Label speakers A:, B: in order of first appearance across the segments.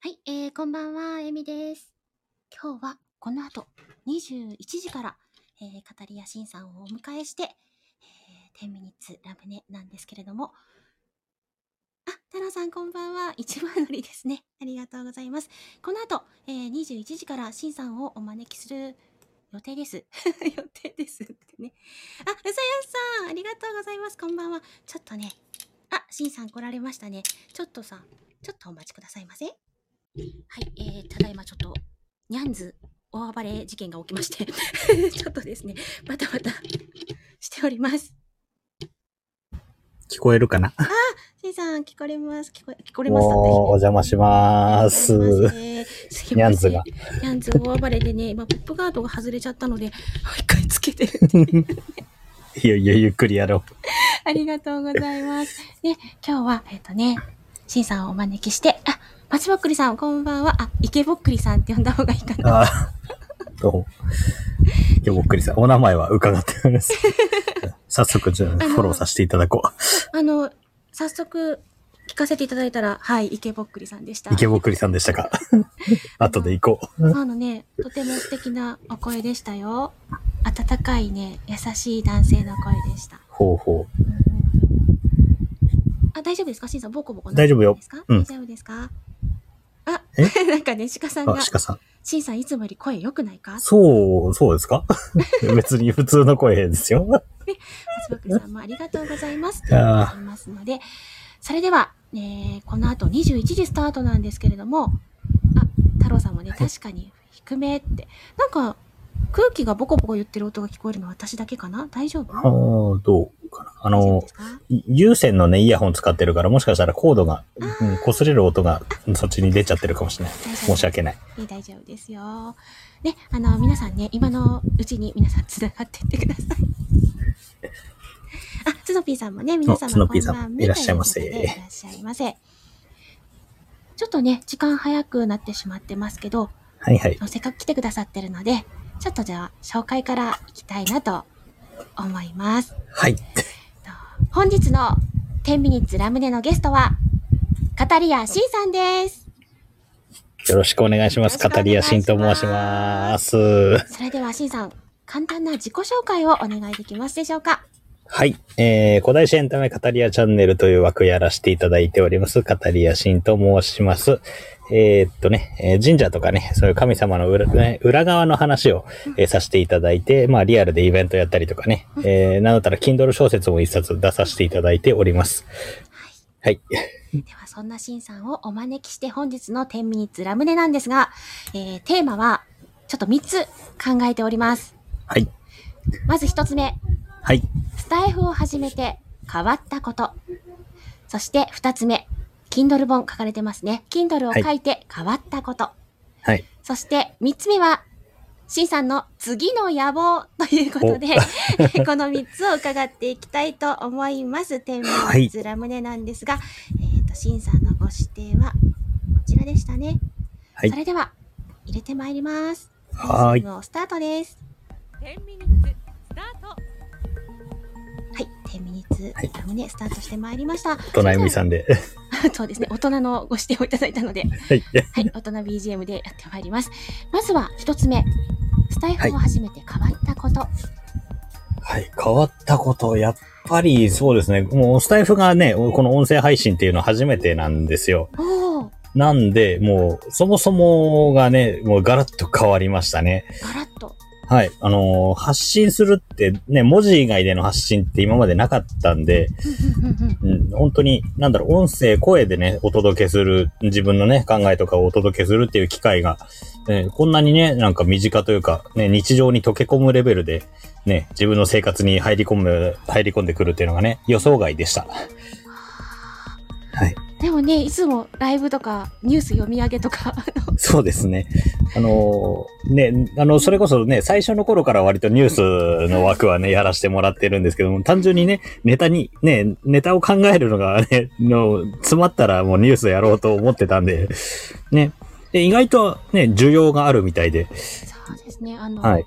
A: はい、えー、こんばんは、えみです。今日はこの後21時から、えー、カタリアシンさんをお迎えして、えー、10ミニッツラムネなんですけれども、あ、太郎さんこんばんは。一番乗りですね。ありがとうございます。この後、えー、21時からシンさんをお招きする予定です。 予定ですってね。あ、うさやさんありがとうございます。こんばんは。ちょっとね、あ、シンさん来られましたね。ちょっとさ、ちょっとお待ちくださいませ。はい、えー、ただいまちょっと、ニャンズ大暴れ事件が起きまして、 ちょっとですね、バタバタしております。
B: 聞こえるかな
A: シンさん、聞こえます聞こえ、聞こえます
B: もう、お邪魔しまーす。
A: ニ
B: ニャンズが。
A: ニャンズ大暴れでね、今、ポップガードが外れちゃったので、もう一回つけてる。
B: いよいよゆっくりやろ
A: ありがとうございます。ね、今日は、えっ、とね、シンさんをお招きして、あ、松ぼっくりさん、こんばんは。あ、池ぼっくりさんって呼んだ方がいいか
B: う。
A: な。
B: あーどうも。いや、ぼっくりさん、お名前は伺っており ます。早速、じゃあ、
A: の
B: フォローさせていただこ
A: あの、早速、聞かせていただいたら、はい、池ぼっくりさんでした
B: う。。池ぼっくりさんでした か後で行こう。
A: そうのね、とても素敵なお声でしたよ。温かいね、優しい男性の声でした。
B: ほうほう。
A: あ、大丈夫ですかしんさん、ボコボコ
B: 大丈夫よ
A: ですか
B: うん
A: 大丈夫ですかあ、
B: え
A: なんかね、鹿さんが
B: あ、、鹿さん。
A: しんさんいつもより声良くないか松
B: そう、そうです か別に普通の声ですよ。
A: 葉くんさんもありがとうございます。と
B: いやー
A: 言いますので、それでは、えー、この後21時スタートなんですけれども、あ、太郎さんもね、確かに低めって、なんか、空気がボコボコ言ってる音が聞こえるのは私だけかな大丈夫
B: あーどうかな。あ
A: 大丈夫
B: の
A: で、すか
B: 有線のね、イヤホン使ってるから、もしかしたらコードが、うん、擦れる音が、そっちに出ちゃってるかもしれない。申し訳ない。
A: ね、大丈夫ですよ。ね、あの、皆さんね、今のうちに皆さん繋がっていってください。 あ、ツノピーさんもね、皆様
B: ツノピーさん
A: こば
B: いらっしゃいませ
A: とうことでいらっしゃいませ。ちょっとね、時間早くなってしまってますけど、
B: はいはい。
A: せっかく来てくださってるので、ちょっとじゃあ、紹介からいきたいなと思います。
B: はい。
A: 本日の10ミニッツラムネのゲストは、カタリアシンさんです。
B: よろしくお願いします。
A: よろしくお願いします
B: カタリアシンと申します。は
A: それでは、しんさん、簡単な自己紹介をお願いできますでしょうか。
B: い。えー、古代史エンタメカタリアチャンネルという枠やらせていただいております。カタリアシンと申します。えーっとね、えー神社とかね、そういう神様の裏,、ね、裏側の話を、えーさせていただいて、まあリアルでイベントやったりとかね、えー、なんだったら Kindle 小説も一冊出させていただいております。はい。
A: では、そんなしんさんをお招きして、本日の10ミニッツラムネなんですが、えーテーマは、ちょっと3つ考えております。
B: はい。
A: まず1つ目、
B: はい。
A: スタイフを始めて変わったこと。そして2つ目、Kindle 本書かれてますね。Kindle を書いて変わったこと。
B: はい。
A: そして3つ目は、しんさんの次の野望ということで、この3つを伺っていきたいと思います。天
B: はい
A: 秤ラムネなんですが、えっ、と、しんさんのご指定はこちらでしたね。
B: はい
A: それでは、入れてまいります。
B: はー
A: 配
B: い
A: 信をスタートです。
C: 10ミニッツスタート
A: はい、天秤
B: はい
A: ラムネスタートしてまいりました。
B: お悩みさんで。
A: そうですね、大人のご指定をいただいたので、
B: はい。
A: はい、大人 BGM でやってまいります。まずは一つ目、スタイフを始めて変わったこと。
B: はい、変わったこと、やっぱりそうですね。もうスタイフがね、この音声配信っていうのは初めてなんですよ。
A: おお、
B: なんで、もう、そもそもがね、もうガラッと変わりましたね。
A: ガラッと。
B: はい。あのー発信するってね、文字以外での発信って今までなかったんで、
A: うんうんうんうん
B: うん、本当に、なんだろう、音声、声でね、お届けする、自分のね、考えとかをお届けするっていう機会が、えーこんなにね、なんか身近というか、ね、日常に溶け込むレベルで、ね、自分の生活に入り込む、入り込んでくるっていうのがね、予想外でした。はい。
A: でもね、いつもライブとかニュース読み上げと か、あの
B: そうですね。あのーね、あの、それこそね、最初の頃から割とニュースの枠はね、やらせてもらってるんですけども、単純にね、ネタに、ね、ネタを考えるのがね、の、詰まったらもうニュースやろうと思ってたんで、ね。で意外とね、需要があるみたいで、
A: そうですね、あの、
B: はい。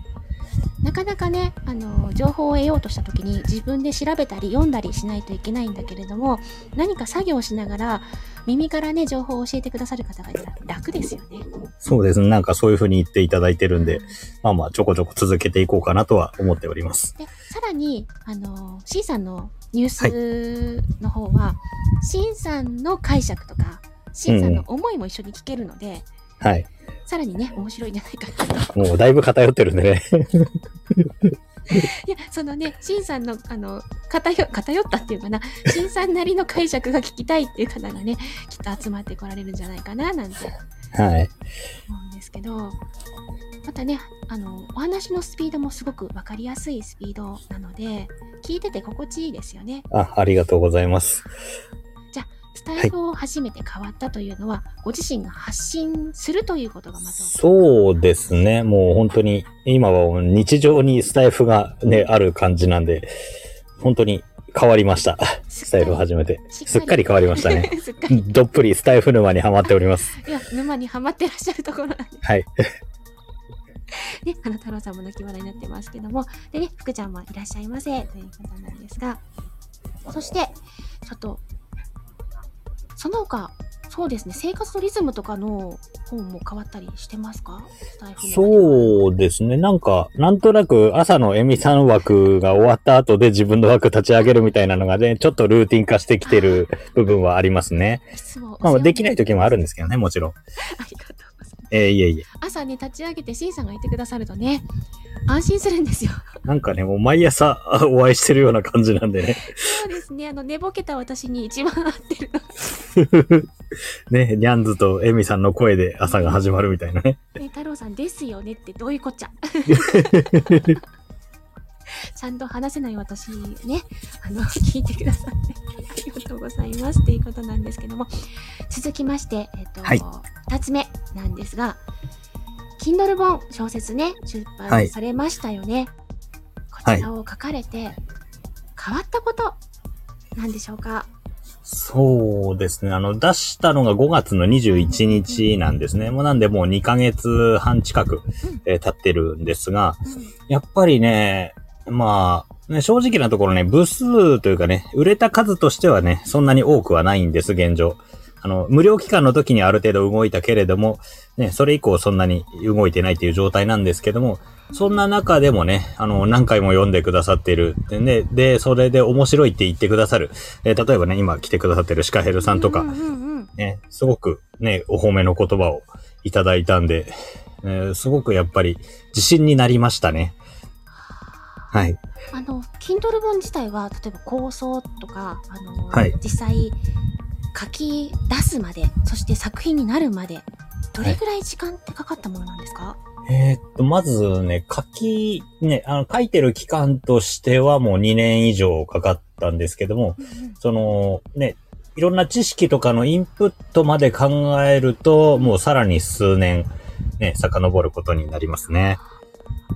A: なかなかね、あの、情報を得ようとした時に自分で調べたり読んだりしないといけないんだけれども、何か作業をしながら、耳からね、情報を教えてくださる方がいたら楽ですよね。
B: そうですね。なんかそういうふうに言っていただいてるんで、まあまあちょこちょこ続けていこうかなとは思っております。
A: で、さらに、あの、シンさんのニュースの方は、シンさんの解釈とか、シンさんの思いも一緒に聞けるので、
B: はい。
A: さらにね、面白いんじゃないかなと。
B: もうだいぶ偏ってるんでね。
A: いや、そのね、シンさんの、あの、偏、偏ったっていうかな、シンさんなりの解釈が聞きたいっていう方がね、きっと集まってこられるんじゃないかな、なんて
B: はい。
A: 思うんですけど、またね、あの、お話のスピードもすごくわかりやすいスピードなので、聞いてて心地いいですよね。
B: あ、ありがとうございます。
A: スタイルを初めて変わったというのは、ご自身が発信するということがまた、
B: そうですね。もう本当に、今はもう日常にスタイフがね、ある感じなんで、本当に変わりました。スタイフを始めて。すっかり変わりましたね。。
A: すっかり。
B: どっぷりスタイフ沼にはまっております。
A: いや、沼にはまってらっしゃるところなんで
B: はい。
A: ね、あの太郎さんも泣き笑いになってますけども、でね、福ちゃんもいらっしゃいませということなんですが、そして、ちょっと、その他、そうですね、生活のリズムとかの本も変わったりしてますかスタイフの
B: そうですね。なんか、なんとなく朝のエミさん枠が終わった後で自分の枠立ち上げるみたいなのがね、ちょっとルーティン化してきてる部分はありますね。
A: いつもお世話になって
B: まあ、できない時もあるんですけどね、もちろん。
A: ありがとうございます。
B: えーいえいえ。
A: 朝ね、立ち上げて、シンさんがいてくださるとね、安心するんですよ。
B: なんかね、もう毎朝 あお会いしてるような感じなんでね。
A: そうですね、あの、寝ぼけた私に一番合ってるの
B: ね、ニャンズとエミさんの声で朝が始まるみたいなね。
A: ね、太郎さんですよねってどういうこっち ゃちゃんと話せない私にね、あの、聞いてくださってありがとうございますっていうことなんですけども、続きまして、えっ、と、
B: は
A: 二
B: い
A: つ目なんですが、Kindle 本小説ね、出
B: は
A: 版
B: い
A: されましたよね。
B: は
A: こ
B: い
A: ちらを書かれて、変わったこと、なんでしょうか。
B: そうですね。あの、出したのが5月の21日なんですね。もうなんでもう2ヶ月半近く、えー経ってるんですが、やっぱりね、まあ、ね正直なところね、部数というかね、売れた数としてはね、そんなに多くはないんです、現状。あの、無料期間の時にある程度動いたけれども、ね、それ以降そんなに動いてないという状態なんですけども、そんな中でもね、あの、何回も読んでくださってる。で、ね、で、それで面白いって言ってくださる。えー例えばね、今来てくださってるシカヘルさんとか
A: うん、うんうん
B: ね、すごくね、お褒めの言葉をいただいたんで、えーすごくやっぱり自信になりましたね。はい。
A: あの、Kindle 本自体は、例えば構想とか、あの、
B: はい
A: 実際書き出すまで、そして作品になるまで、どれぐらい時間ってかかったものなんですか、
B: えーっと、まずね、書き、ね、あの、書いてる期間としてはもう2年以上かかったんですけども、その、ね、いろんな知識とかのインプットまで考えると、もうさらに数年、ね、遡ることになりますね。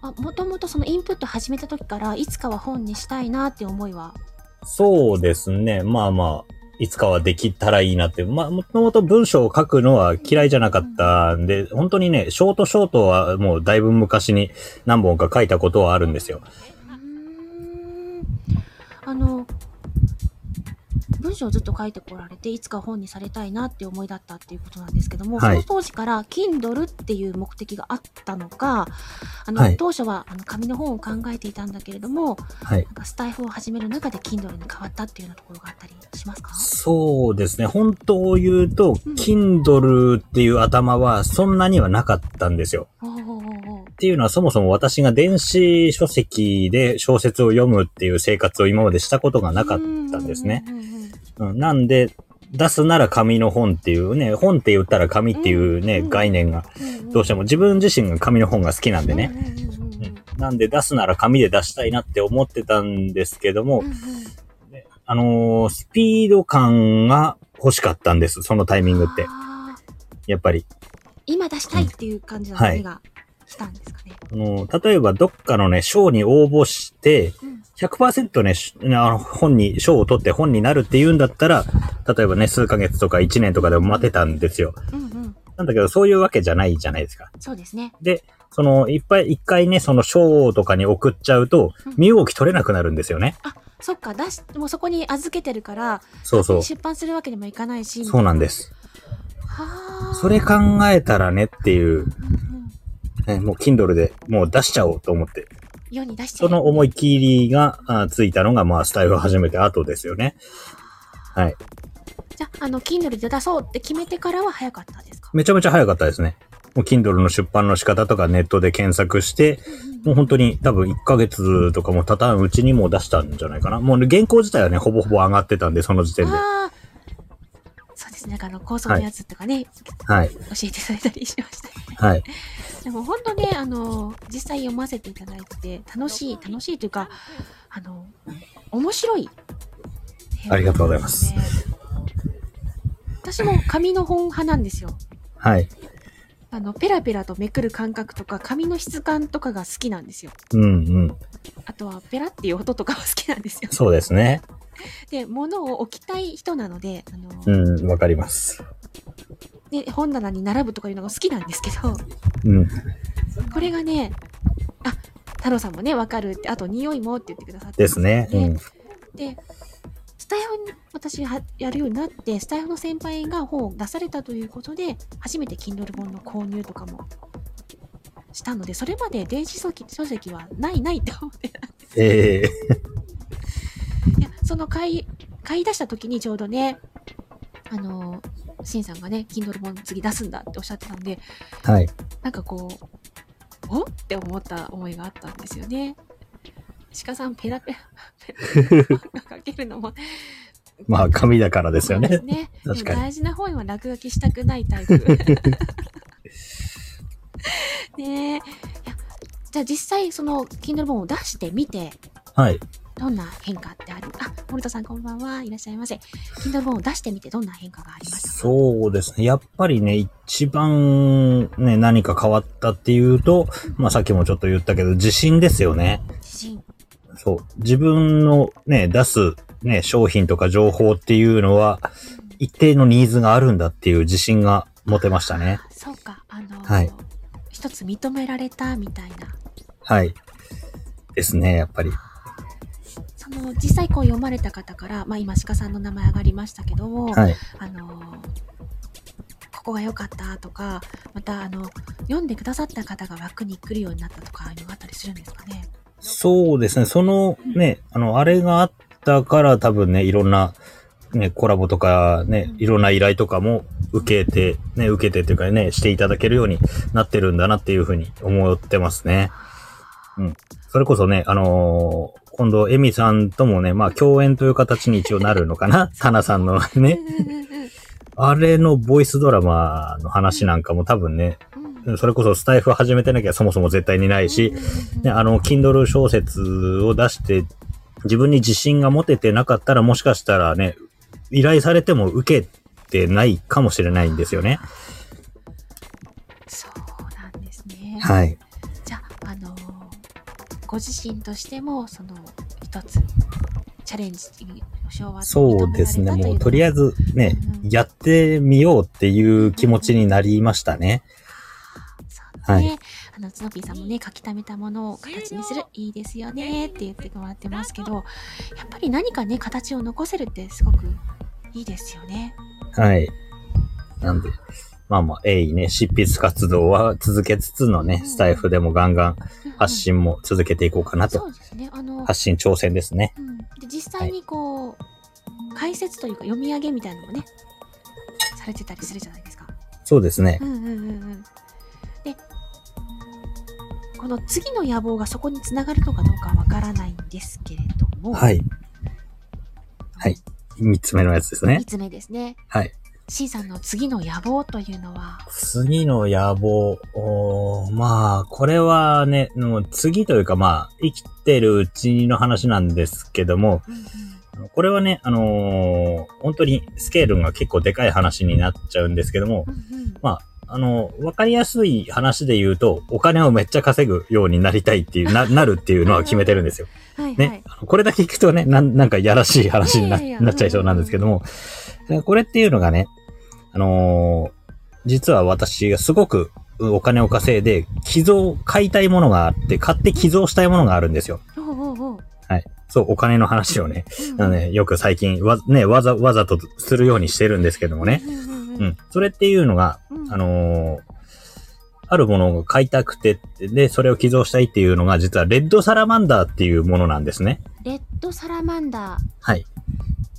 A: あもともとそのインプット始めた時から、いつかは本にしたいなって思いは。
B: そうですね。まあまあ、いつかはできたらいいなって。まあ、もともと文章を書くのは嫌いじゃなかったんで、本当にね、ショートショートはもうだいぶ昔に何本か書いたことはあるんですよ。
A: あの、文章をずっと書いてこられて、いつか本にされたいなって思いだったっていうことなんですけども、
B: はい
A: その当時から Kindle っていう目的があったのか、あの、
B: はい
A: 当初はあの紙の本を考えていたんだけれども、
B: はい
A: な。んかスタイフを始める中で Kindle に変わったっていうようなところがあったりしますか
B: そうですね。本当を言う
A: う
B: と、
A: ん
B: Kindle っていう頭はそんなにはなかったんですよ。
A: おーおーおーおー
B: っていうのはそもそも私が電子書籍で小説を読むっていう生活を今までしたことがなかったんですね。
A: うんうんうんうん。
B: うん、なんで、出すなら紙の本っていうね、本って言ったら紙っていうね、
A: うん
B: 概念が
A: うんうん
B: どうしても自分自身が紙の本が好きなんでね。
A: うんうんうんうん
B: うんなんで出すなら紙で出したいなって思ってたんですけども
A: うん、うん
B: あのースピード感が欲しかったんです、そのタイミングって。
A: あー
B: やっぱり。
A: 今出したいっていう感じの
B: はい
A: 目が来たんですかね。
B: あのー例えばどっかのね、賞に応募して、
A: うん
B: 100%ね、しあの本に、賞を取って本になるって言うんだったら、例えばね、数ヶ月とか1年とかでも待てたんですよ。
A: うんうん。
B: なんだけど、そういうわけじゃないじゃないですか。
A: そうですね。
B: で、その、いっぱい、一回ね、その賞とかに送っちゃうと
A: うん、
B: 身動き取れなくなるんですよね。
A: そっか、出し、もうそこに預けてるから、
B: そうそう。
A: 出版するわけにもいかないし。
B: そうなんです。
A: はあ。
B: それ考えたらねっていう、
A: うんうん
B: ねもう Kindle でもう出しちゃおうと思って。
A: 世に出して
B: その思い切りがあついたのが、まあ、スタイフを始めて後ですよね。はい。
A: じゃあ、あの、Kindle で出そうって決めてからは早かったですか
B: めちゃめちゃ早かったですね。もう Kindle の出版の仕方とかネットで検索して、もう本当に多分1ヶ月とかも経たんうちにもう出したんじゃないかな。もうね原稿自体はね、ほぼほぼ上がってたんで、その時点で。
A: ああ。そうですね。なんかあの、構想のやつとかね、
B: はい。
A: 教えていただいたりしました。
B: はい。
A: でも本当ね、あの、実際読ませていただいて、楽しい、楽しいというか、あの、面白い。
B: ありがとうございます
A: ね。私も紙の本派なんですよ。
B: はい。
A: あの、ペラペラとめくる感覚とか、紙の質感とかが好きなんですよ。
B: うんうん。
A: あとは、ペラっていう音とかも好きなんですよ。
B: そうですね。
A: で、物を置きたい人なので、あの、
B: うん、わかります。
A: で本棚に並ぶとかいうのが好きなんですけど、
B: うん。
A: これがね、あ、太郎さんもね、わかるって、あと匂いもって言ってくださって。
B: ですね。うん。
A: でスタイフに私はやるようになってスタイフの先輩が本を出されたということで初めて Kindle 本の購入とかもしたのでそれまで電子書籍書籍はないないって思ってた
B: ええ
A: いやその買い買い出した時にちょうどねあのしんさんがね Kindle 本次出すんだっておっしゃってたんで
B: はい。
A: なんかこうおって思った思いがあったんですよね鹿さんペラペラペラペラかけるのも
B: まあ、紙だからですよ
A: そうで
B: ね
A: す。ね。
B: 確かに
A: 大事な本は落書きしたくないタイプ。ねえ。いやじゃあ実際その Kindle 本を出してみて、
B: はい。
A: どんな変化ってあるあ、森田さんこんばんは。いらっしゃいませ。Kindle 本を出してみてどんな変化がありましたか
B: そうですね。やっぱりね、一番ね、何か変わったっていうと、まあさっきもちょっと言ったけど、自信ですよね。
A: 自信。
B: そう。自分のね、出すね、商品とか情報っていうのは、一定のニーズがあるんだっていう自信が持てましたね。
A: あそうか。あの、
B: はい
A: 一つ認められたみたいな。
B: はい。ですね、やっぱり。
A: その実際こう読まれた方から、まあ今鹿さんの名前上がりましたけども、
B: はい。
A: あのーここが良かったとかまたあの読んでくださった方が枠に来るようになったとかいうのがあったりするんですかね。
B: そうですね。そのね、あの、あれがあったから多分ね、いろんな、ね、コラボとかね、いろんな依頼とかも受けて、ね、受けてっていうかね、していただけるようになってるんだなっていうふうに思ってますね。うん。それこそね、あのー今度、エミさんともね、まあ、共演という形に一応なるのかなタナさんのね、あれのボイスドラマの話なんかも多分ね、それこそスタイフ始めてなきゃそもそも絶対にないし、ね、あの、Kindle 小説を出して、自分に自信が持ててなかったら、もしかしたらね、依頼されても受けてないかもしれないんですよね。
A: そうなんですね。
B: はい。
A: じゃあ、あのーご自身としてもその一つチャレンジの昭和
B: そうですね。もう、とりあえ
A: ず
B: ずね、やってみようっていう気持ちになりましたね。
A: は
B: はい
A: い、あのツノピーさんもね書き溜めたものを形にするいいですよねって言ってもらってますけどやっぱり何かね形を残せるってすごくいいですよね。
B: はい。なんで、まあまあ、鋭意ね、執筆活動は続けつつのね、スタイフでもガンガン 発信も続けていこうかな
A: そ
B: と。
A: うですね。あの、
B: 発信挑戦ですね。
A: うん、で実際にこう、解説というか読み上げみたいなのもねされてたりするじゃないですか。
B: そうですね
A: う。んうんうんうん。でこの次の野望がそこにつながるのかどうかわからないんですけれども、
B: はい。はい。三つ目のやつですね
A: 3。つ目ですね。
B: はい。
A: C さんの次の野望というのは、
B: 次の野望。おーまあ、これはね、もう次というかまあ、生きてるうちの話なんですけども、
A: うんうん
B: これはね、あのー本当にスケールが結構でかい話になっちゃうんですけども、
A: うんうん、
B: あの、わかりやすい話で言うと、お金をめっちゃ稼ぐようになりたいっていう、な、なるっていうのは決めてるんですよ。
A: はいは
B: ね、
A: い。
B: あのこれだけ聞くとね、なんなんかやらしい話にない
A: やいや
B: なっちゃいそうなんですけども、これっていうのがね、あのー実は私がすごくうお金を稼いで、寄贈、買いたいものがあって、買って寄贈したいものがあるんですよ。
A: おうおうおう
B: はい。そう、お金の話をね、
A: うん
B: あのねよく最近わ、ね、わざ、わざとするようにしてるんですけどもね。
A: うんうん
B: うん。それっていうのが、
A: うん
B: あのーあるものを買いたくてって、で、それを寄贈したいっていうのが、実はレッドサラマンダーっていうものなんですね。
A: レッドサラマンダー
B: はい。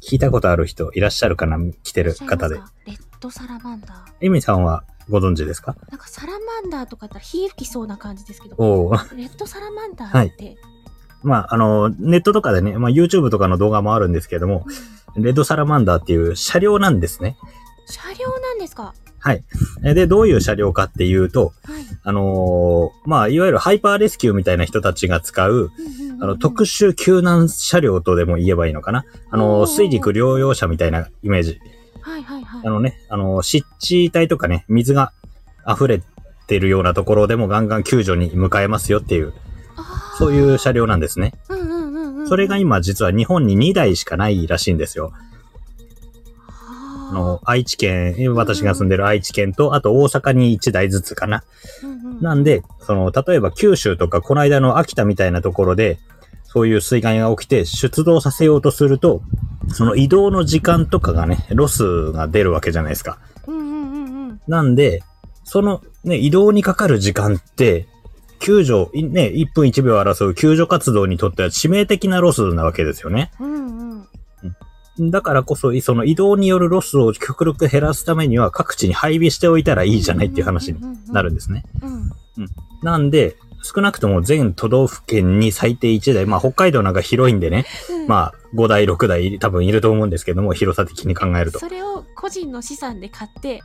B: 聞いたことある人いらっしゃるかな来て
A: いら
B: る
A: っしゃいま
B: 方
A: す
B: で。
A: か。レッドサラマンダー。
B: エミさんはご存知ですか
A: なんかサラマンダーとかだったら火吹きそうな感じですけど、
B: おお。
A: レッドサラマンダーって、
B: まあ、あのー、ネットとかでね、まあ、YouTube とかの動画もあるんですけども、レッドサラマンダーっていう車両なんですね。
A: 車両なんですか。
B: はい。えで、どういう車両かっていうと、
A: はい。
B: あのーまあ、いわゆるハイパーレスキューみたいな人たちが使う、あの、特
A: 殊。
B: 殊救難車両とでも言えばいいのかな。あ
A: お
B: のー
A: ー
B: 水陸両用車みたいなイメージ。
A: はいはいはい。
B: あのね、あのー湿地帯とかね、水が溢れてるようなところでもガンガン救助に向かえますよっていう、
A: あー
B: そういう車両なんですね。
A: うんうんうんうん。
B: それが今実は日本に2台しかないらしいんですよ。
A: あ
B: あ
A: の
B: の、、愛知県、私が住んでる愛知県と、あと大阪に1台ずつかな。
A: うんうん
B: なんで、その、例えば九州とか、この間の秋田みたいなところで、そういう水害が起きて出動させようとすると、その移動の時間とかがね、ロスが出るわけじゃないですか。
A: うんうんうんうん。
B: なんで、そのね、移動にかかる時間って、救助、いね、1分1秒を争う救助活動にとっては致命的なロスなわけですよね。
A: うんうん。
B: だからこそ、いその移動によるロスを極力減らすためには各地に配備しておいたらいいじゃないっていう話になるんですね。
A: うん。
B: なんで、少なくとも全都道府県に最低1台、まあ北海道なんか広いんでね、
A: あ、
B: まあ5台、6台多分いると思うんですけども、広さ的に考えると。
A: それを個人の資産で買って、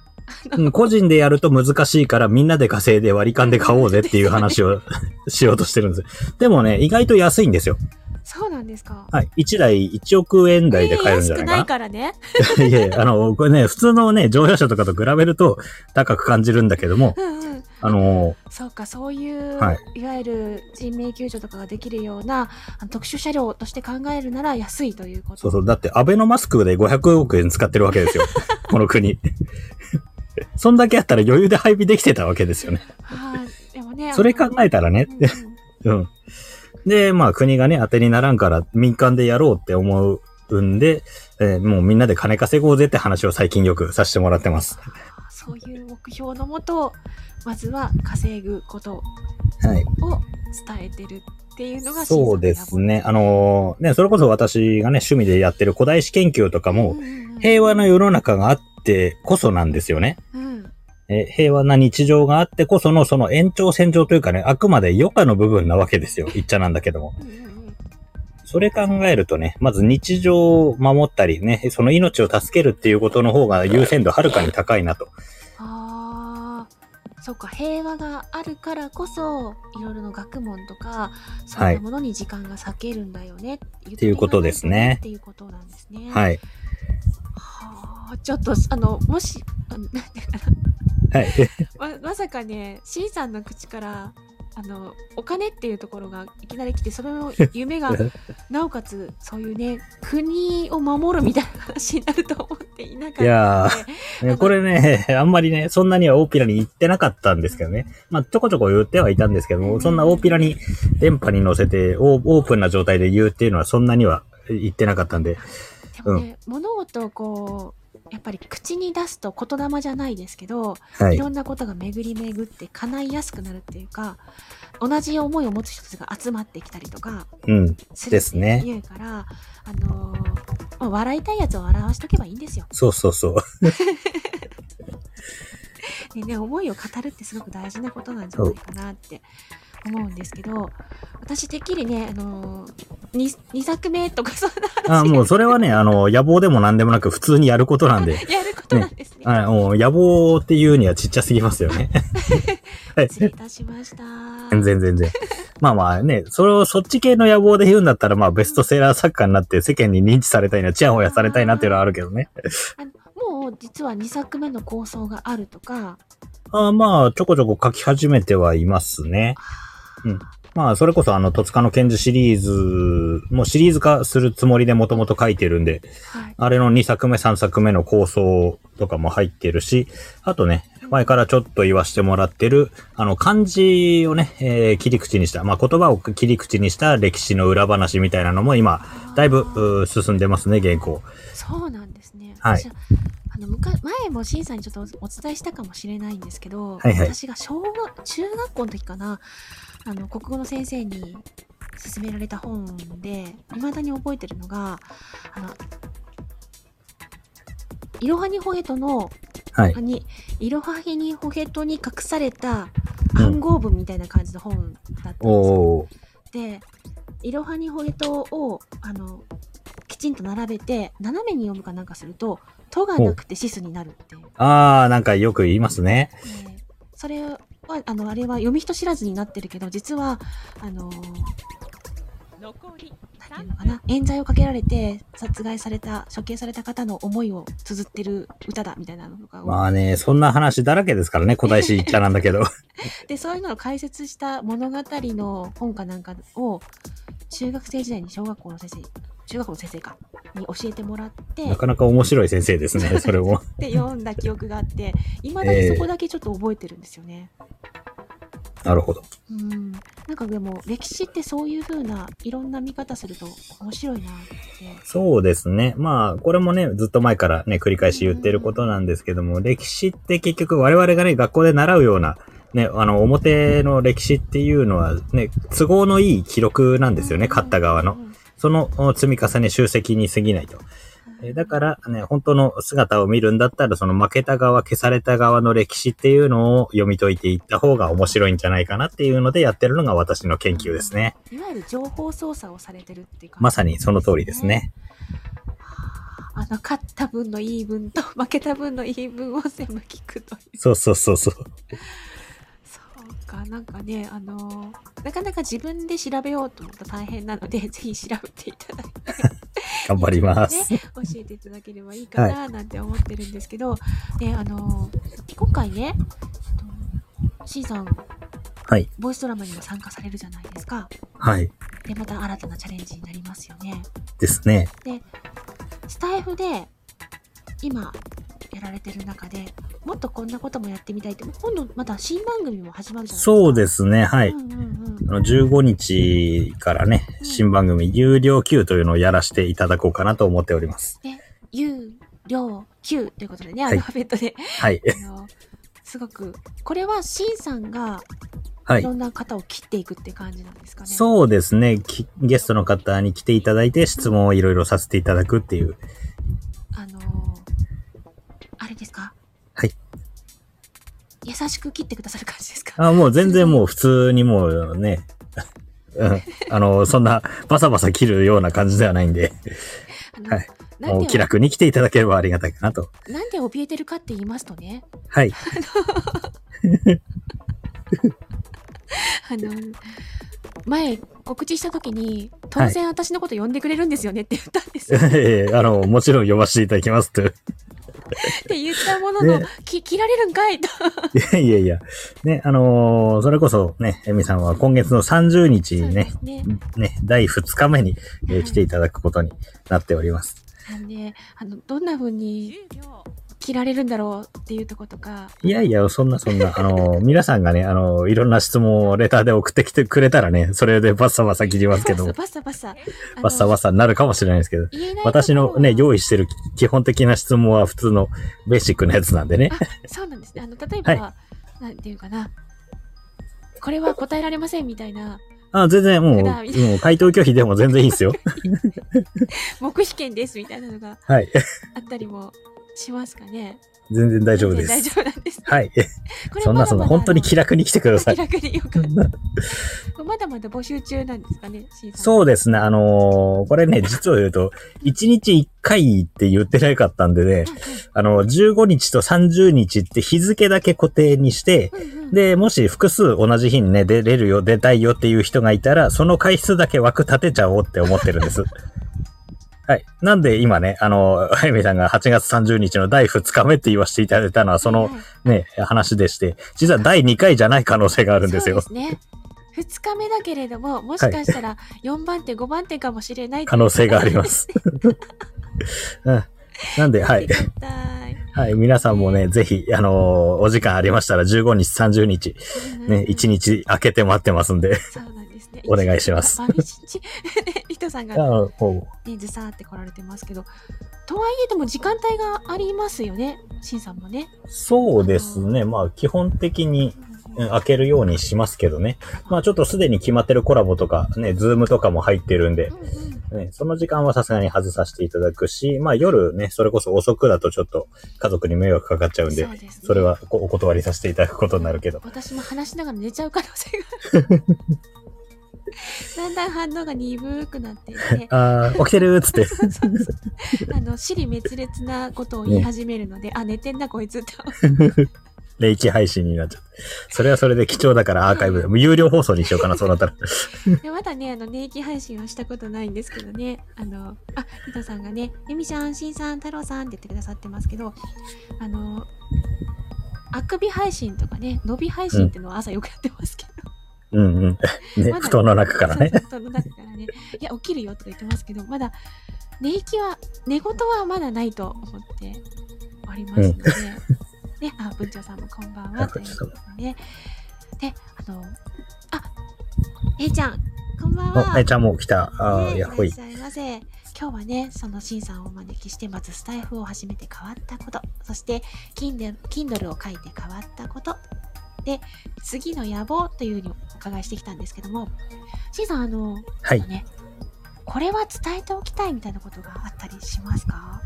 B: うん個人でやると難しいからみんなで稼いで割り勘で買おうぜっていう話 をしようとしてるんですよ。でもね、意外と安いんですよ。
A: そうなんですか。
B: はい。1台1億円台で買えるんじゃ
A: え
B: な
A: ー安く
B: い
A: な
B: か
A: いからね。
B: な。いやいやあの、これね、普通のね、乗用車とかと比べると高く感じるんだけども、
A: うんうん。
B: あの、
A: そうか、そういう、、
B: はい
A: わゆる人命救助とかができるようなあの特殊車両として考えるなら安いということ。
B: そうそう、だってアベノマスクで500億円使ってるわけ ですよ。この国。そんだけあったら余裕で配備できてたわけですよね。
A: あーでもね、
B: それ考えたらね、
A: えて、うん
B: うん。で、まあ国がね、当てにならんから民間でやろうって思うんで、えーもうみんなで金稼ごうぜって話を最近よくさせてもらってます。
A: あーそういう目標のもと、まずは稼ぐこと
B: はい。
A: を伝えてるっていうのが
B: そうです
A: ね。
B: ね。あのーね、それこそ私がね、趣味でやってる古代史研究とかも、平和の世の中があってこそなんですよね。
A: うんうんうん
B: えー平和な日常があってこそのその延長線上というかね、あくまで余暇の部分なわけですよ。言っちゃなんだけども。
A: うんうん
B: それ考えるとね、まず日常を守ったりね、その命を助けるっていうことの方が優先度はるかに高いなと。
A: ああ、そうか、平和があるからこそ、いろいろの学問とか、そういったものに時間が割けるんだよね。っ
B: っていうことですね
A: っていうことなんですね。い。
B: はい。
A: はあ、ちょっと、あの、もし、あの なんていうか
B: はい。
A: なま、まさかね、C さんの口から、あの、お金っていうところがいきなり来て、それの夢 が、なおかつ、そういうね、国を守るみたいな話になると思っていなかったので。
B: いやねこれね、あんまりね、そんなには大っぴらに言ってなかったんですけどね。まあ、ちょこちょこ言ってはいたんですけども、そんな大っぴらに電波に乗せてオーオープンな状態で言うっていうのはそんなには言ってなかったんで。
A: でもね、物事をこうやっぱり口に出すと言霊じゃないですけど、、
B: はいい
A: ろ。んなことが巡り巡って叶いやすくなるっていうか同じ思いを持つ人たちが集まってきたりとか
B: うん。
A: する
B: で
A: って
B: すね
A: いうから、あのーまあ笑いたいやつを笑わしとけばいいんですよ。
B: そうそうそう。
A: でね思いを語るってすごく大事なことなんじゃないかなって思うんですけど私てっきりね、あのー、2, 作目とかそんな
B: あ
A: 話
B: もうそれはね、あの、野望でも何でもなく普通にやることなんで。
A: やることなんですね。
B: あもう野望っていうにはちっちゃすぎますよ ね。はい
A: 失礼いたしました。
B: 全然全然。まあまあね、それをそっち系の野望で言うんだったら、まあベストセラー作家になって世間に認知されたいな、チヤホヤされたいなっていうのはあるけどね。
A: あのもう実は2作目の構想があるとか、
B: あまあ、ちょこちょこ書き始めてはいますね。うんまあ、それこそあの、戸塚の賢治シリーズ、もうシリーズ化するつもりでもともと書いてるんで、
A: はい。
B: あれの2作目、3作目の構想とかも入ってるし、あとね、前からちょっと言わしてもらってる、あの、漢字をね、えー切り口にした、まあ、言葉を切り口にした歴史の裏話みたいなのも今、だいぶうー進んでますね、原稿。
A: そうなんですね。
B: はい
A: 私はあの昔前もしんさんにちょっとおお伝えしたかもしれないんですけど、
B: はいはい
A: 私が小学中学校の時かなあの国語の先生に勧められた本で未だに覚えてるのがあのイロハニホヘトの
B: はい。
A: にイロハニホヘトに隠された暗号文みたいな感じの本だったんですよ。
B: おー。
A: でイロハニホヘトをあのきちんと並べて斜めに読むかなんかすると「と」がなくてシスになるっていう、
B: あー、なんかよく言いますね。
A: えーそれはあのあれは読み人知らずになってるけど実はあの
C: 残り
A: なんていうのかな冤罪をかけられて殺害された処刑された方の思いを綴ってる歌だみたいなのとかを、
B: まあね、そんな話だらけですからね、古代史言っちゃなんだけど。
A: でそういうのを解説した物語の本かなんかを中学生時代に小学校の先生中学校の先生かに教えてもらって
B: なかなか面白い先生ですね、それも。
A: って読んだ記憶があって、いまだにそこだけちょっと覚えてるんですよね。
B: なるほど。
A: うん。なんかでも、歴史ってそういう風ないろんな見方すると面白いなって。
B: そうですね。まあ、これもね、ずっと前からね、繰り返し言ってることなんですけども、歴史って結局我々がね、学校で習うような、ね、あの、表の歴史っていうのはね、都合のいい記録なんですよね、勝った側の
A: う。ん。
B: そのお積み重ね、集積に過ぎないと。えーだからね、本当の姿を見るんだったら、その負けた側、消された側の歴史っていうのを読み解いていった方が面白いんじゃないかなっていうのでやってるのが私の研究ですね。
A: いわゆる情報操作をされてるっていうか、
B: まさにその通りですね。
A: あの、勝った分の言い分と負けた分の言い分を全部聞くという。
B: そうそうそうそう。
A: そうか、なんかね、あのーなかなか自分で調べようと思ったら大変なので、 ぜひ調べていただいて。
B: 頑張ります。
A: ね、教えていただければいいかななんて思ってるんですけど、であの今回ね、えっと C さん
B: はい。
A: ボイスドラマにも参加されるじゃないですか。
B: はい。
A: でまた新たなチャレンジになりますよね。
B: ですね。
A: スタイフで今やられてる中でもっとこんなこともやってみたいって今度また新番組も始まるじゃないですか。
B: そうですね。はい。
A: うんうんうん
B: あの15日からね、新番組、有料級というのをやらせていただこうかなと思っております。
A: 有料級ということでね、
B: はい
A: アルファベット で。
B: はい。
A: あのすごくこれはシンさんが
B: はい
A: ろ
B: い。
A: んな方を切っていくって感じなんですかね。
B: そうですね。きゲストの方に来ていただいて質問をいろいろさせていただくっていう。
A: あのーあれですか
B: はい。
A: 優しく切ってくださる感じですか
B: あもう全然もう普通にもうね、 うんあの、そんなバサバサ切るような感じではないんで、
A: あの、
B: はい
A: な
B: も
A: ん
B: う
A: で
B: 気楽に来ていただければありがたいかなと。
A: なんで怯えてるかって言いますとね、
B: はい。
A: あの前告知した時に当然私のこと呼んでくれるんですよねって言ったんですよ、
B: ええあの、もちろん呼ばせていただきますと。
A: って言ったものの、
B: ね
A: き切られるんかいと
B: いや いやいや。ね、あのーそれこそね、エミさんは今月の30日
A: そう
B: に
A: で
B: ね、
A: すね
B: ね、第2日目に、えー
A: はい
B: 来ていただくことになっております。
A: なんであのどんな風に
C: 10秒
A: 切られるんだろうっていうとことか
B: いやいや、そんなそんな、あのー皆さんがね、あのーいろんな質問をレターで送ってきてくれたらね、それでバッサバサ切りますけど
A: そう
B: も、
A: バサバサあの
B: バッサバサになるかもしれないですけど、
A: 言えないところは
B: 私のね、用意してる基本的な質問は普通のベーシックなやつなんでね。
A: あそうなんですね。あの例えば、なんていうかな、これは答えられませんみたいな、
B: あ、全然もう、
A: 普
B: も
A: 段みたいう
B: 回答拒否でも全然いいですよ。
A: 黙秘権ですみたいなのが
B: はい。
A: あったりもしますかね。
B: 全然大丈夫で
A: 全然
B: す。
A: 大丈夫なんです。
B: はい。
A: これ
B: そんなそんな、本当に気
A: 気
B: 楽に来てください。
A: 楽によかった。まだまだ募集中なんですかね、新さん。
B: そうですね。あのーこれね、実を言うと、1日1回って言ってなかったんでね、あの、15日と30日って日付だけ固定にして、
A: うんうん。うんうん、
B: で、もし複数同じ日にね、出れるよ、出たいよっていう人がいたら、その回数だけ枠立てちゃおうって思ってるんです。 はい。なんで今ね、あの、あゆみさんが8月30日の第2日目って言わせていただいたのは、その
A: はいはい
B: ね、話でして、実は第2回じゃない可能性があるんですよ。
A: そうですね。 2日目だけれども、もしかしたら4番手、5番手かもしれない
B: 可能性があり ます。うん、なんで、は
A: はいい。。は
B: はい。皆さんもね、ぜひ、あのーお時間ありましたら、15日、30日、 ね、1
A: 日。
B: 日空けて待ってますんで。
A: そうなんですね。
B: お願いします
A: 一日。リトさん
B: あ
A: が
B: のも
A: ね、ずさーって来られてますけど、とはいえでも時間帯がありますよね、しんさんもね。
B: うそうですね。まあ、基本的に、うん開けるようにしますけどね。まあ、ちょっとすでに決まってるコラボとか、ね、ズームとかも入ってるんで
A: う、んうん
B: ね、その時間はさすがに外させていただくし、まあ、夜ね、それこそ遅くだとちょっと家族に迷惑かかっちゃうんで
A: そ、うですね
B: それはおお断りさせていただくことになるけど。
A: 私も話しながら寝ちゃう可能性が あるだんだん反応が鈍くなっていて
B: あー、起きてるーっつって。
A: あの尻滅裂なことを言い始めるので、あ寝てんなこいつって思う
B: レイ配信になっちゃって。それはそれで貴重だからアーカイブで。もう有料放送にしようかな、そうなったら。
A: でまだねあの寝息配信はしたことないんですけどねあのあ伊藤さんがね「ゆみちゃんしんさん太郎さん」って言ってくださってますけどあのあくび配信とかね伸び配信ってのは朝よくやってますけど、
B: うんうん。ね、
A: まだ
B: 布団の中からね
A: そう。そう布団の中からね。いや、起きるよとか言ってますけど、まだ、寝息は、寝言はまだないと思っておりますので、ね、あ、文鳥さんもこんばんは
B: あ
A: とい
B: 文
A: う
B: 鳥
A: こ
B: さん
A: とでね。で、あの、あ、えいちゃん、こんばんは。
B: お、えちゃんもう来た。あー、
A: ね
B: やっほ
A: い
B: い
A: らっ。しゃいませ。今日はね、そのシンさんをお招きして、まずスタイフを始めて変わったこと、そして、Kindle, Kindle を書いて変わったこと、で、次の野望というふうにお伺いしてきたんですけども、シンさん、あの、
B: はい
A: あのね、これは伝えておきたいみたいなことがあったりしますか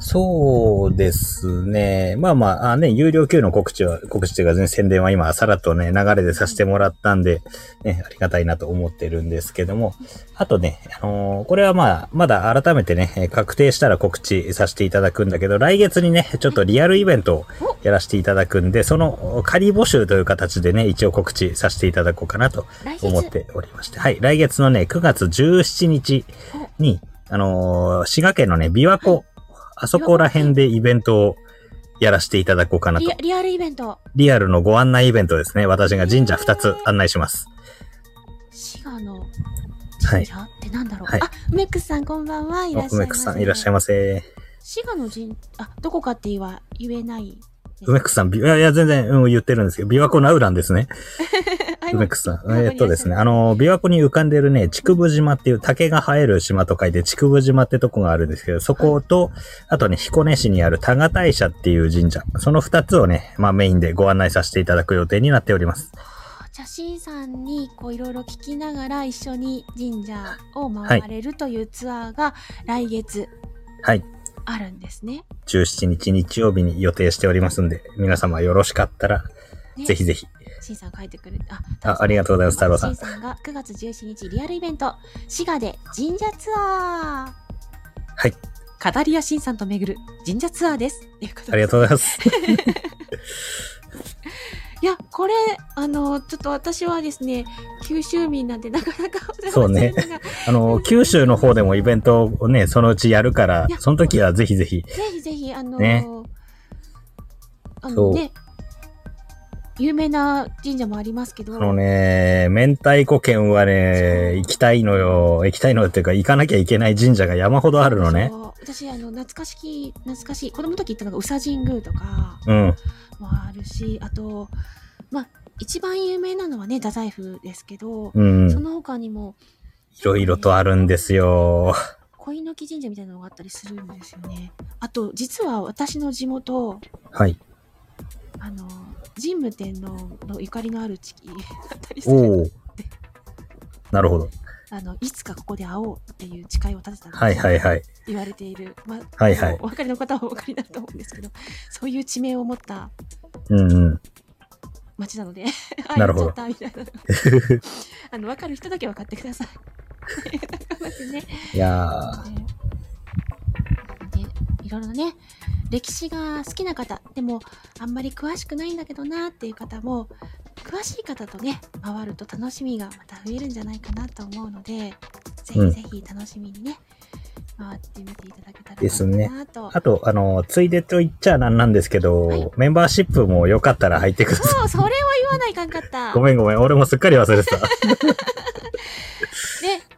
B: そうですね。まあまあ、あね、有料級の告知は、告知というか、ね、宣伝は今、さらっとね、流れでさせてもらったんで、ね、ありがたいなと思ってるんですけども、あとね、あのーこれはまあ、まだ改めてね、えー確定したら告知させていただくんだけど、来月にね、ちょっとリアルイベントをやらせていただくんで、その仮募集という形でね、一応告知させていただこうかなと
A: 来
B: 思っ
A: 月、
B: ておりまして。はい。来月のね、9月17日に、あのー滋賀県のね、琵琶湖、あそこら辺でイベントをやらせていただこうかなと
A: リア。リアルイベント、
B: リアルのご案内イベントですね。私が神社2つ案内します。
A: 滋賀の
B: は
A: 神
B: い。
A: 社ってなんだろう、
B: はい
A: あ、梅クさんこんばんは、いらっしゃいませ。
B: 梅くさんいらっしゃいませ。
A: 滋賀の神、あ、どこかって言わ言えないです。
B: 梅くさん、びいや、いや全然、うん、言ってるんですけど、琵琶湖のウランですね。
A: あ今
B: 梅くさん。
A: 琵琶湖にいらっしゃ
B: え
A: る
B: っとですね、あの、琵琶湖に浮かんでるね、竹生島っていう竹が生える島と書いて、竹生島ってとこがあるんですけど、そこと、あとね、彦根市にある多賀大社っていう神社、その二つをね、まあメインでご案内させていただく予定になっております。
A: じゃあ、シンさんにこういろいろ聞きながら一緒に神社を回れるというツアーが来月
B: はい。
A: あるんですね。
B: 17日日曜日に予定しておりますんで、皆様よろしかったら、
A: ね
B: ぜひぜひ。
A: シンさん書いてくれて、あ、
B: あありがとうございます太郎さん
A: シンさんが9月17日リアルイベント、滋賀で神社ツアー。
B: はい。
A: 語りやシンさんと巡る神社ツアーです。ということ
B: あり
A: で
B: がとうございます。
A: いや、これ、あの、ちょっと私はですね、九州民なんてなかなかお邪魔
B: そうね
A: するのが、
B: あの、九州の方でもイベントをね、そのうちやるから
A: いや、
B: その時はぜひぜひ、
A: ぜひぜひ、あのー
B: ね
A: あ
B: そ
A: の
B: う
A: ね、有名な神社もありますけど、
B: あのね、明太子県はね、行きたいのよ。行きたいのよっていうか、行かなきゃいけない神社が山ほどあるのね
A: そ。う私、あの、懐かしき、懐かしい、子供の時行ったのが宇佐神宮とか
B: うん。
A: もあるし、あと、まあ、一番有名なのはね、太宰府ですけど、
B: うん。い
A: その他にも、
B: ろいろとあるんですよ。
A: 恋の木神社みたいなのがあったりするんですよね。あと、実は私の地元、
B: はい。
A: あの、神武天皇のゆかりのある地域だったりするんですよ
B: おお。なるほど。
A: あのいつかここで会おうっていう誓いを立てた
B: はいはいはい。
A: 言われている、まあ
B: はいはい
A: もうお分かりの方はお分かりになると思うんですけどそういう地名を持った
B: うんうん。
A: 町なので
B: なるほど
A: あ言っちゃったみ たいなあの分かる人だけ分かってください。 ね、
B: いや
A: でいろいろね歴史が好きな方でもあんまり詳しくないんだけどなっていう方も詳しい方とね回ると楽しみがまた増えるんじゃないかなと思うのでぜひぜひ楽しみにね、回ってみていただけたら
B: ですね
A: なと。
B: あと、あの、ついでと言っちゃなんなんですけど、
A: はい
B: メンバーシップもよかったら入ってくださ
A: そう、それは言わないかんかった。
B: い。 ごめんごめん、俺もすっかり忘れて た。
A: で、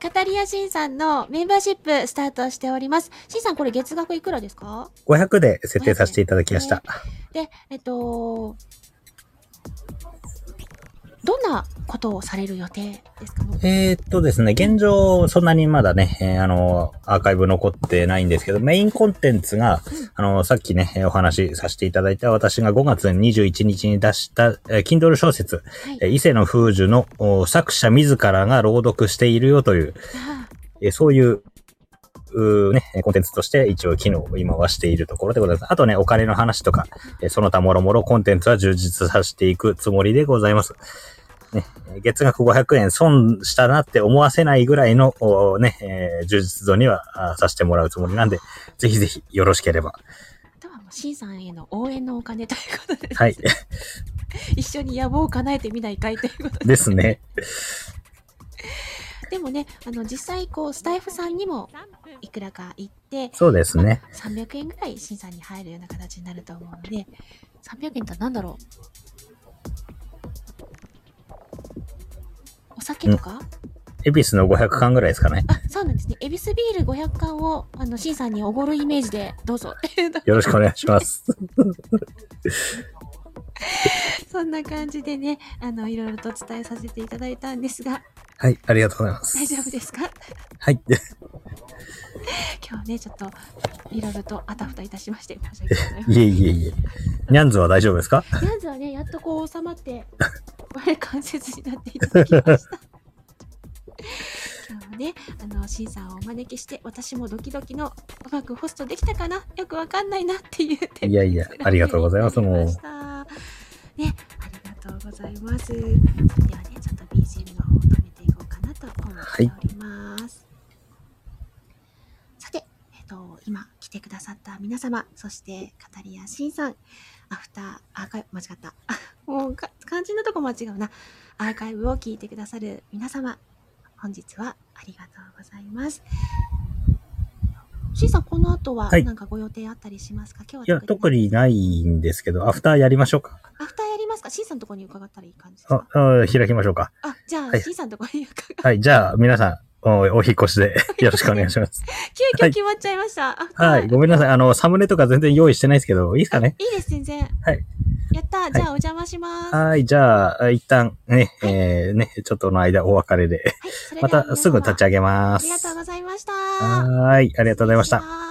A: カタリアシンさんのメンバーシップスタートしております。シンさん、これ月額いくらですか
B: 500で設定させていただきました。
A: で、えっと、どんなことをされる予定ですか
B: えーっとですね、現状、そんなにまだね、えーあの、アーカイブ残ってないんですけど、メインコンテンツが、あの、さっきね、えーお話しさせていただいた、私が5月21日に出した、えー Kindle 小説、
A: はい
B: えー伊勢の風樹のお作者自らが朗読しているよという、
A: あ
B: えーそういう、うーね、コンテンツとして一応機能を今はしているところでございます。あとね、お金の話とか、えーその他もろもろコンテンツは充実させていくつもりでございます。ね、えー月額500円損したなって思わせないぐらいの、おーね、えー充実度にはあーさせてもらうつもりなんで、ぜひぜひよろしければ。
A: あとはもうシンさんへの応援のお金ということで、
B: はい。
A: 一緒に野望を叶えてみないかいということで。
B: ですね。
A: でもね、あの、実際、こう、スタイフさんにもいくらか行って、
B: そうですね。
A: 300円ぐらいシンさんに入るような形になると思うので、300円とは何だろうお酒とか、
B: エビスの500巻ぐらいですかね。
A: あ、そうなんですね。エビスビール500缶を、あの、シンさんにおごるイメージで、どうぞ。
B: よろしくお願いします。
A: そんな感じでね、あの、いろいろとお伝えさせていただいたんですが、
B: はい、ありがとうございます。
A: 大丈夫ですか
B: はい。
A: 今日ね、ちょっと、いろいろとあたふたいたしまして、申し訳ございません
B: いえいえいえ。ニャンズは大丈夫ですか
A: まずはね、やっとこう収まって、我関節になっていただきました。 今日もね、あの、シンさんをお招きして、私もドキドキの、うまくホストできたかなよくわかんないなっていう点
B: いやいやありがとうございますも
A: ね、
B: う
A: ありがとうございます。それではね、ちょっと BGM の方を止めていこうかなと思っております。さて、えっと、今来てくださった皆様、そして、カタリア・シンさん、アフター、アーカイブ、間違った。 あもうか、肝心なとこ間違うな。アーカイブを聞いてくださる皆様、本日はありがとうございます。シンさん、この後は
B: はい
A: なんかご予定あったりしますか、今
B: い
A: 日は
B: や、特。にないんですけど、アフターやりましょうか。
A: アフターやりますかシンさんのとこに伺ったらいい感じです
B: あ
A: か、
B: あ開きましょうか。
A: あじゃあ、
B: はい
A: シンさんのとこに伺っ
B: はい、じゃあ、皆さん、おお引っ越しで よろしくお願いします。
A: 急遽決まっちゃいま した。アフター
B: はい、ごめんなさい。あの、サムネとか全然用意してないですけど、いいですかね
A: いいです、全然。
B: はい
A: やったじゃあ、お邪魔します。はい。
B: はい、じゃあ、一旦ね、えー、ね、ちょっとの間お別れで、
A: それで
B: ま
A: は
B: たすぐ立ち上げ
A: あ
B: ます。
A: りがとうございました。
B: はーい、ありがとうございました。
A: 失礼します。